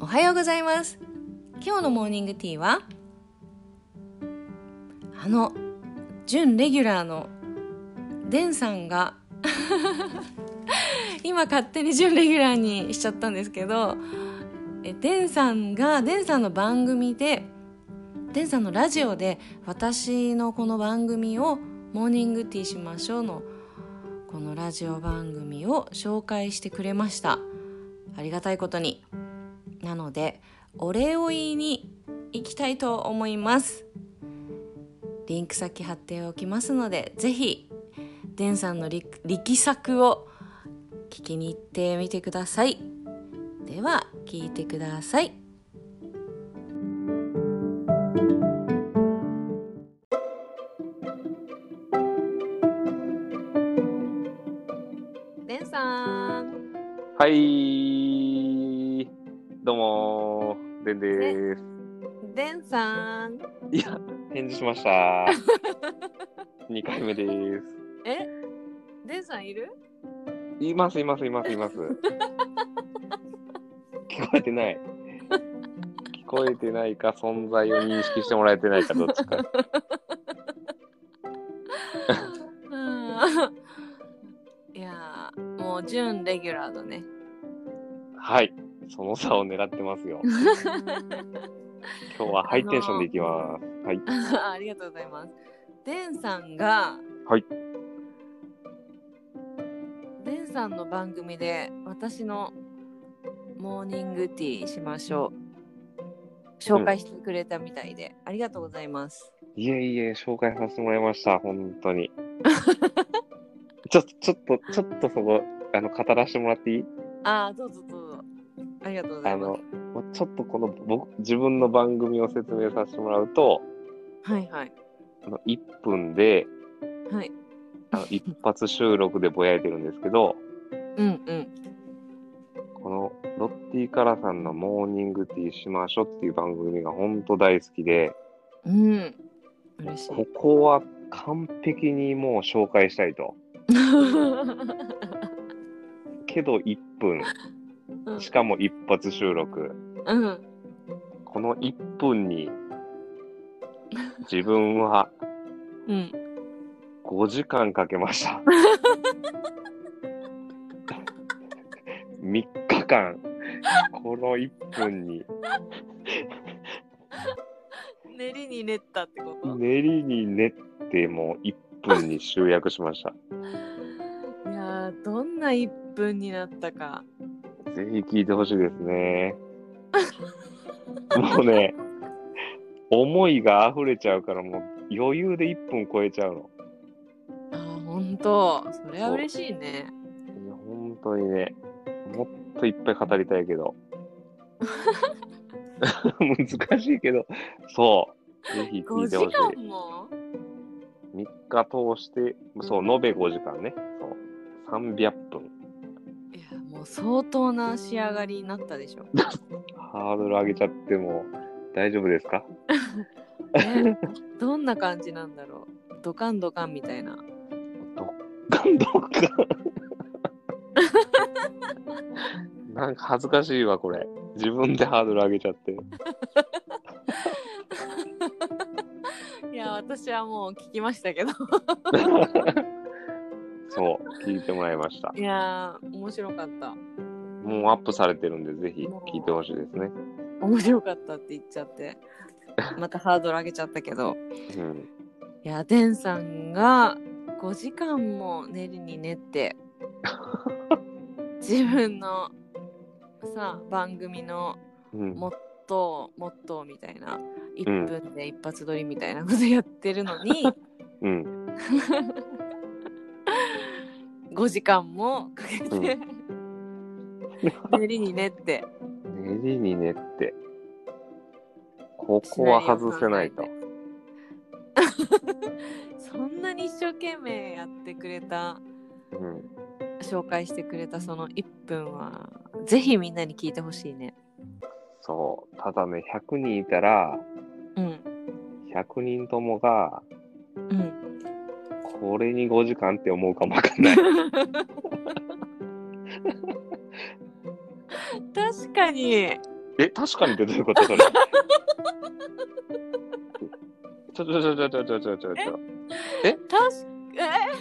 はようございます今日のモーニングティーはあの準レギュラーのデンさんが 今勝手に準レギュラーにしちゃったんですけどえデンさんがデンさんの番組でデンさんのラジオで私のこの番組を「モーニングティーしましょう」のこのラジオ番組を紹介してくれましたありがたいことになのでお礼を言いに行きたいと思いますリンク先貼っておきますのでぜひデンさんの力力作を聞きに行ってみてくださいでは聞いてくださいデンさんはい、どうもー、でんでーす。デンさんいや、返事しました。二回目でーす。えデンさんいるいます、います、います、います。聞こえてない。聞こえてないか、存在を認識してもらえてないか、どっちか。うん いやーもう準レギュラーだね はい、その差を狙ってますよ。今日はハイテンションでいきます。はい。ありがとうございますデンさんがはいデンさんの番組で私のモーニングティーしましょう紹介してくれたみたいで、ありがとうございますいえいえ、紹介させてもらいました、本 当に。ちょっと、ちょっと、ちょっとそこ、あの、語らせてもらっていいああどうぞどうぞありがとうござあいまのす、まちょっとこの僕、自分の番組を説明させてもらうと、はいはいあの1分で、はいあの一発収録でぼやいてるんですけど、 うんうんこのロッティカラさんのモーニングティーしましょうっていう番組が本当大好きで、うん嬉しいここは完璧にもう紹介したいと。けど1分、うんしかも一発収録。 うんこの1分に自分はうん5時間かけました。3日間、この1分に練りに練ったってこと、練りに練ってもう1分に集約しました。いやーどんな1分になったかぜひ聞いてほしいですね。もうね、思いが溢れちゃうからもう余裕で1分超えちゃうの。あーほんとそれは嬉しいねいや本当にね、もっといっぱい語りたいけど。 難しいけど、そう。ぜひ聞5いて時ほしい。間も3日通して、そう、延べ5時間ね。そう。300分。いやもう相当な仕上がりになったでし ょ、ハードル上げちゃっても大丈夫ですかね、どんな感じなんだろうドカンドカンみたいなどっかんどっ かん。なんか恥ずかしいわ、これ。自分でハードル上げち ゃって。いや私はもう聞きましたけどそう、聞いてもらいました。いやー面白かったもうアップされてるんで、ぜひ聞いてほしいですね。面白かったって言っちゃってまたハードル上げちゃったけどうん、いやデンさんが5時間も練りに練って自分のさ番組のうんモットーモットーみたいな1分で一発撮りみたいなことやってるのに、 うん、 5時間もかけて練りに練って練りに練って、ここは外せないと。 そんなに一生懸命やってくれたうん、紹介してくれたその1分はぜひみんなに聞いてほしいね。そう、ただね、100人いたら、うん100人ともが、うんこれに5時間って思うかもわかん ない。確かにえ、確かにってどういう ことそれ。ちょちょちょちょちょちょちょちょち確ょ。かえ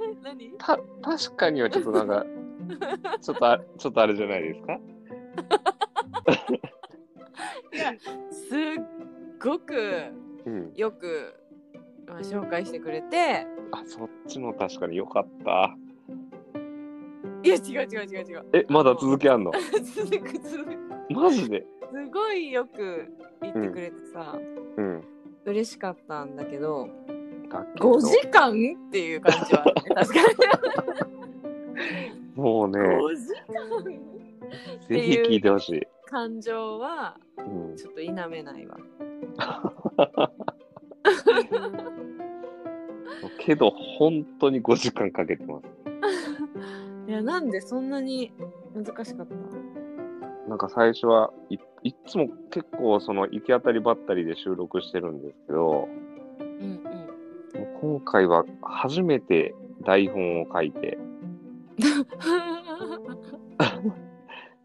ー、何た、確かにはちょっとなんか、 ちょっとあ、ちょっとあれじゃないですかすっごくうん。よく、まあ、紹介してくれてあ、そっちの確かによかった。いや違う違う違う違う え、まだ続きあん の続く続くマジですごいよく言ってくれてさ、うん。嬉しかったんだけどだけど5時間っていう感じはあるね確かに も うね、 5時間ぜひ聞いてほしい。感情はうん。ちょっと否めないわけど、本当に5時間かけてます。いやなんでそんなに難しかったなんか最初はい、いっつも結構その行き当たりばったりで収録してるんですけど、うんうんもう今回は初めて台本を書いて、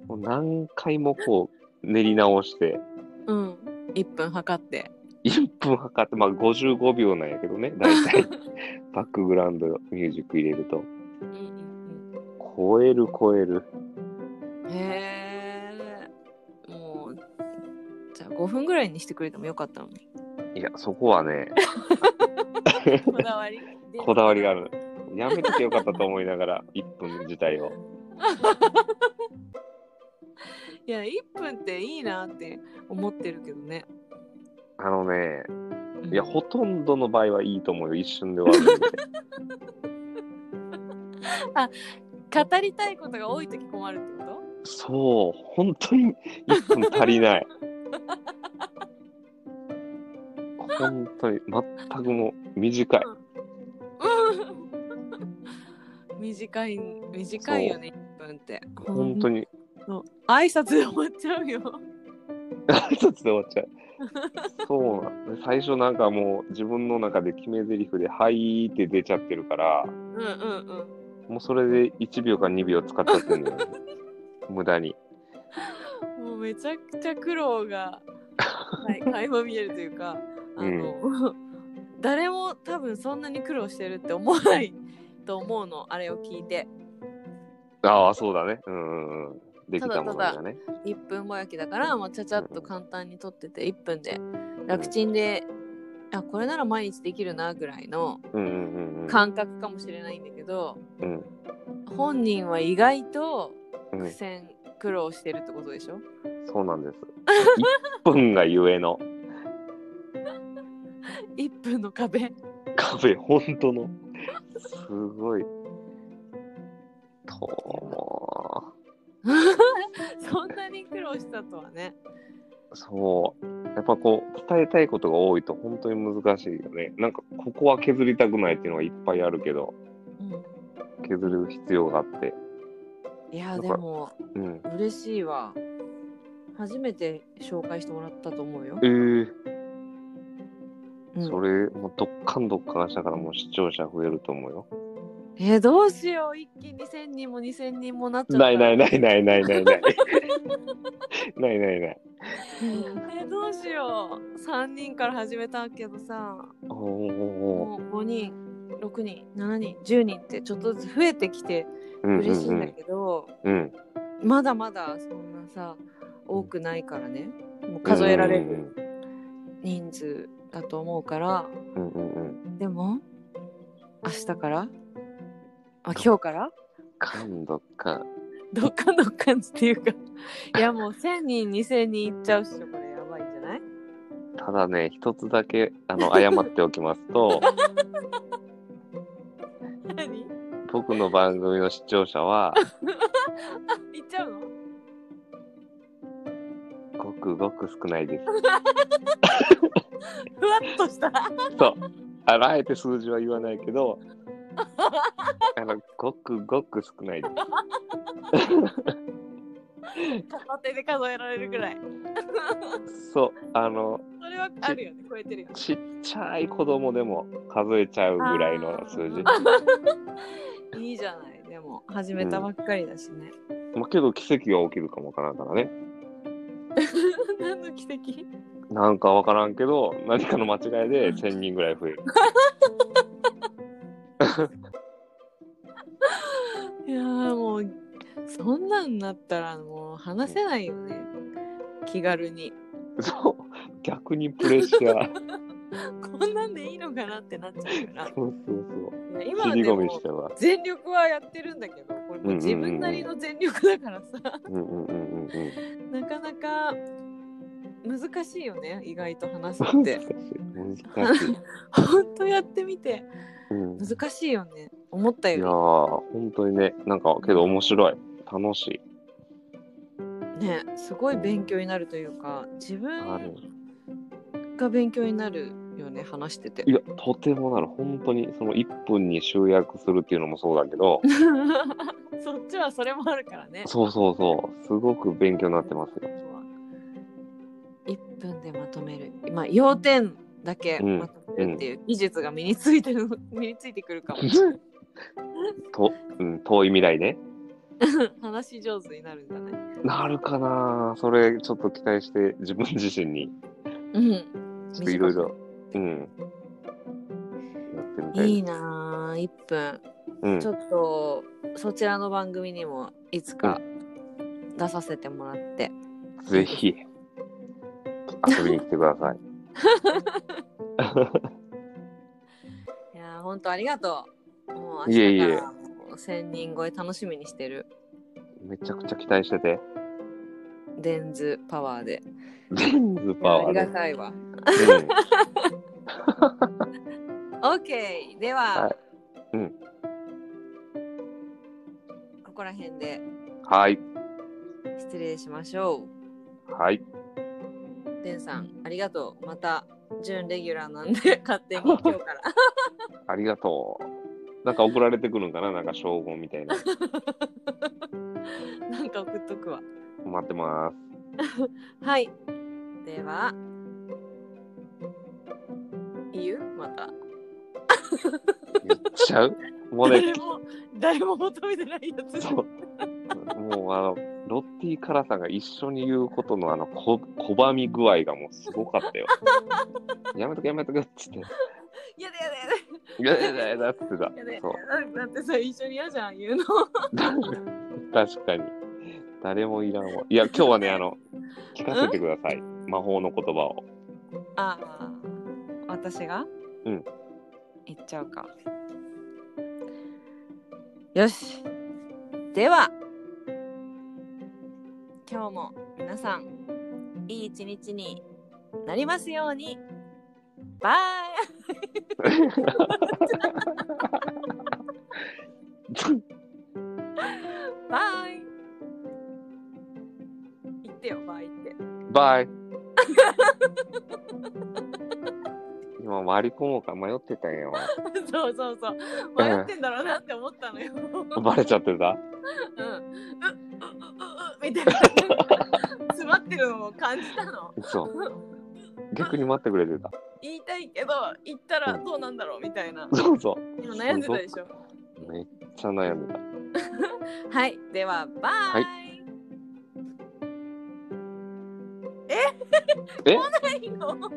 もう何回もこう練り直して、うん1分測って1分測って、まあ55秒なんやけどね、大体 バックグラウンドミュージック入れると。うんうん超える超える。うんへえもうじゃあ5分ぐらいにしてくれてもよかったのにいや、そこはね、 こだわりこだわりがある。やめとけよかったと思いながら、1分自体を。いや1分っていいなって思ってるけどねあのね、うんいや、ほとんどの場合はいいと思うよ。一瞬で終わるんで。語りたいことが多い時困るってこそう、本当に1分足りない。本当に、全くもう短い。と 短い短いよね1分って本当に、そう挨拶で終わっちゃうよ挨拶で終わっちゃう。そうなんで最初なんかもう自分の中で決め台詞で「はい」って出ちゃってるからうんうんうんもうそれで1秒か2秒使っちゃってるのよ無駄にもうめちゃくちゃ苦労 が、はい、垣間見えるというかあの、 誰も多分そんなに苦労してるって思わないと思うのあれを聞いてああそうだねうんうんうんできたものがね1分もやきだから、まあ、ちゃちゃっと簡単に撮ってて1分で楽ちんで、あこれなら毎日できるなぐらいのうんうんうんうん感覚かもしれないんだけど、うん本人は意外とう苦ん戦苦労してるってことでしょ、そうなんです1分がゆえの一1分の壁 カフェ本当のすごいともそんなに苦労したとはねそう。やっぱこう、伝えたいことが多いと本当に難しいよね。なんか、ここは削りたくないっていうのがいっぱいあるけど、うん削る必要があって。いやだかでらもうん。嬉しいわ初めて紹介してもらったと思うよえ、ー、うんそれ、もう、どっかんどっかんしたから、もう視聴者増えると思うよ。えどうしよう一気に1000人も2000人もなっちゃったないないいないないないないない。ないないない。 えどうしよう3人から始めたけどさおーおもう5人6人7人10人ってちょっとずつ増えてきてーおーうん嬉しいうんんうだん。けど、うん。まだまだそんなさ多くないからねもう数えられる人数だと思うから、うんうんうん。でも明日からあ今日からかんどっかん。どっかどっかんっていうかいやもう1,000人2,000人いっちゃうっしょこれやばいんじゃないただね、一つだけ、あの、謝っておきます と、何僕の番組の視聴者は、いっちゃうのごくごく少ないです。ふわっとしたそう。あのあえて数字は言わない けど、あの、ごくごく少ないです。片手で数えられるぐらいそう。あの、それはあるよね超えてるよねちっちゃい子供でも数えちゃうぐらいの数字。 いいじゃないでも始めたばっかりだしね、まあ、けど奇跡が起きるかもわからんからね。何の奇跡なんかわからんけど、何かの間違いで1000人ぐらい増える。いやーもうそんなんなったらもう話せないよね気軽にそう。逆にプレッシャー。 こんなんでいいのかなってなっちゃうから そうそうそいやう。今は尻で込みしもては。全力はやってるんだけどこれもう自分なりの全力だからさ、 うんうんうんうんうん。なかなか難しいよね意外と話すっ難て しい。難しい。本当やってみてうん、い難しいよね思ったやー、よ本当にね、なんか、けど面白い。楽しい。りねすごい勉強になるというか自ある分が勉強になるよね話してていや、とてもなる。本当に、その1分に集約するっていうのもそうだけど、 そっちはそれもあるからね。そうそうそう。すごく勉強になってますよ。 1分でまとめる。まあ、要点だけうんまとめるっていう技術が身についてる、 身についてくるかも。と、うん、遠い未来ね。 話し上手になるんじゃないなるかなそれ、ちょっと期待して、自分自身 に、うん。ちょっといろいろ、うん。やってみたい。いいなあ1分。うんちょ。っと、そちらの番組にもいつか出させてもらって。ぜひ、遊びに来てくだ さい。いやあ、本当ありがとう。もう明いえ日いかえらもう1000人超え楽しみにしてる。めちゃくちゃ期待してて。デンズパワーで。レンズパあワりーがで。たいわ。うん OK! では、はいうんここら辺ではい。失礼しましょはい。う。デンさん、ありがとう。また、準レギュラーなんで、 勝手に今日から。ありがとう。なんか送られてくるんかななんか称号みたいな。なんか送っとくわ。待ってます。はい。では、言うまた。言っちゃうもうね誰、も、誰も求めてないやつ。そう。もうあの、ロッティカラさんが一緒に言うことのあの、こ拒み具合がもうすごかったよ。 やめとけやめとけっつって。やだやだやいやいやいやいやっつってただ。やだやそう。 だ。だってさ、一緒に嫌じゃん、言うの。確かに。誰もいらんわ。いや、今日はね、あの、聞かせてください。魔法の言葉を。 ああ私がうん行っちゃうかよしでは今日も皆さんいい一日になりますようにバイバイ言ってよバイって バイ。今割り込もうか迷ってたんやわ。そうそうそう迷ってんだろうなって思ったのよ、バレちゃってたうん、うううううみたいな 詰まってるのを感じたのそう。逆に待ってくれてた。言いたいけど言ったらどうなんだろうみたいなそうそ今悩んでたでしょう。めっちゃ悩んでた。はいではバイ、はいええ来ないの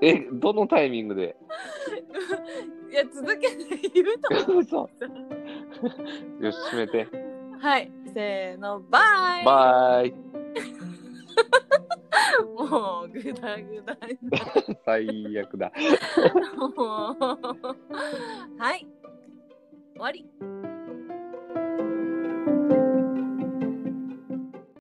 え、どのタイミングでいや続けて言うと思そうよし、閉めて。はいせーのバイバイ。もうグダグダになる最悪だ。もうはい終わり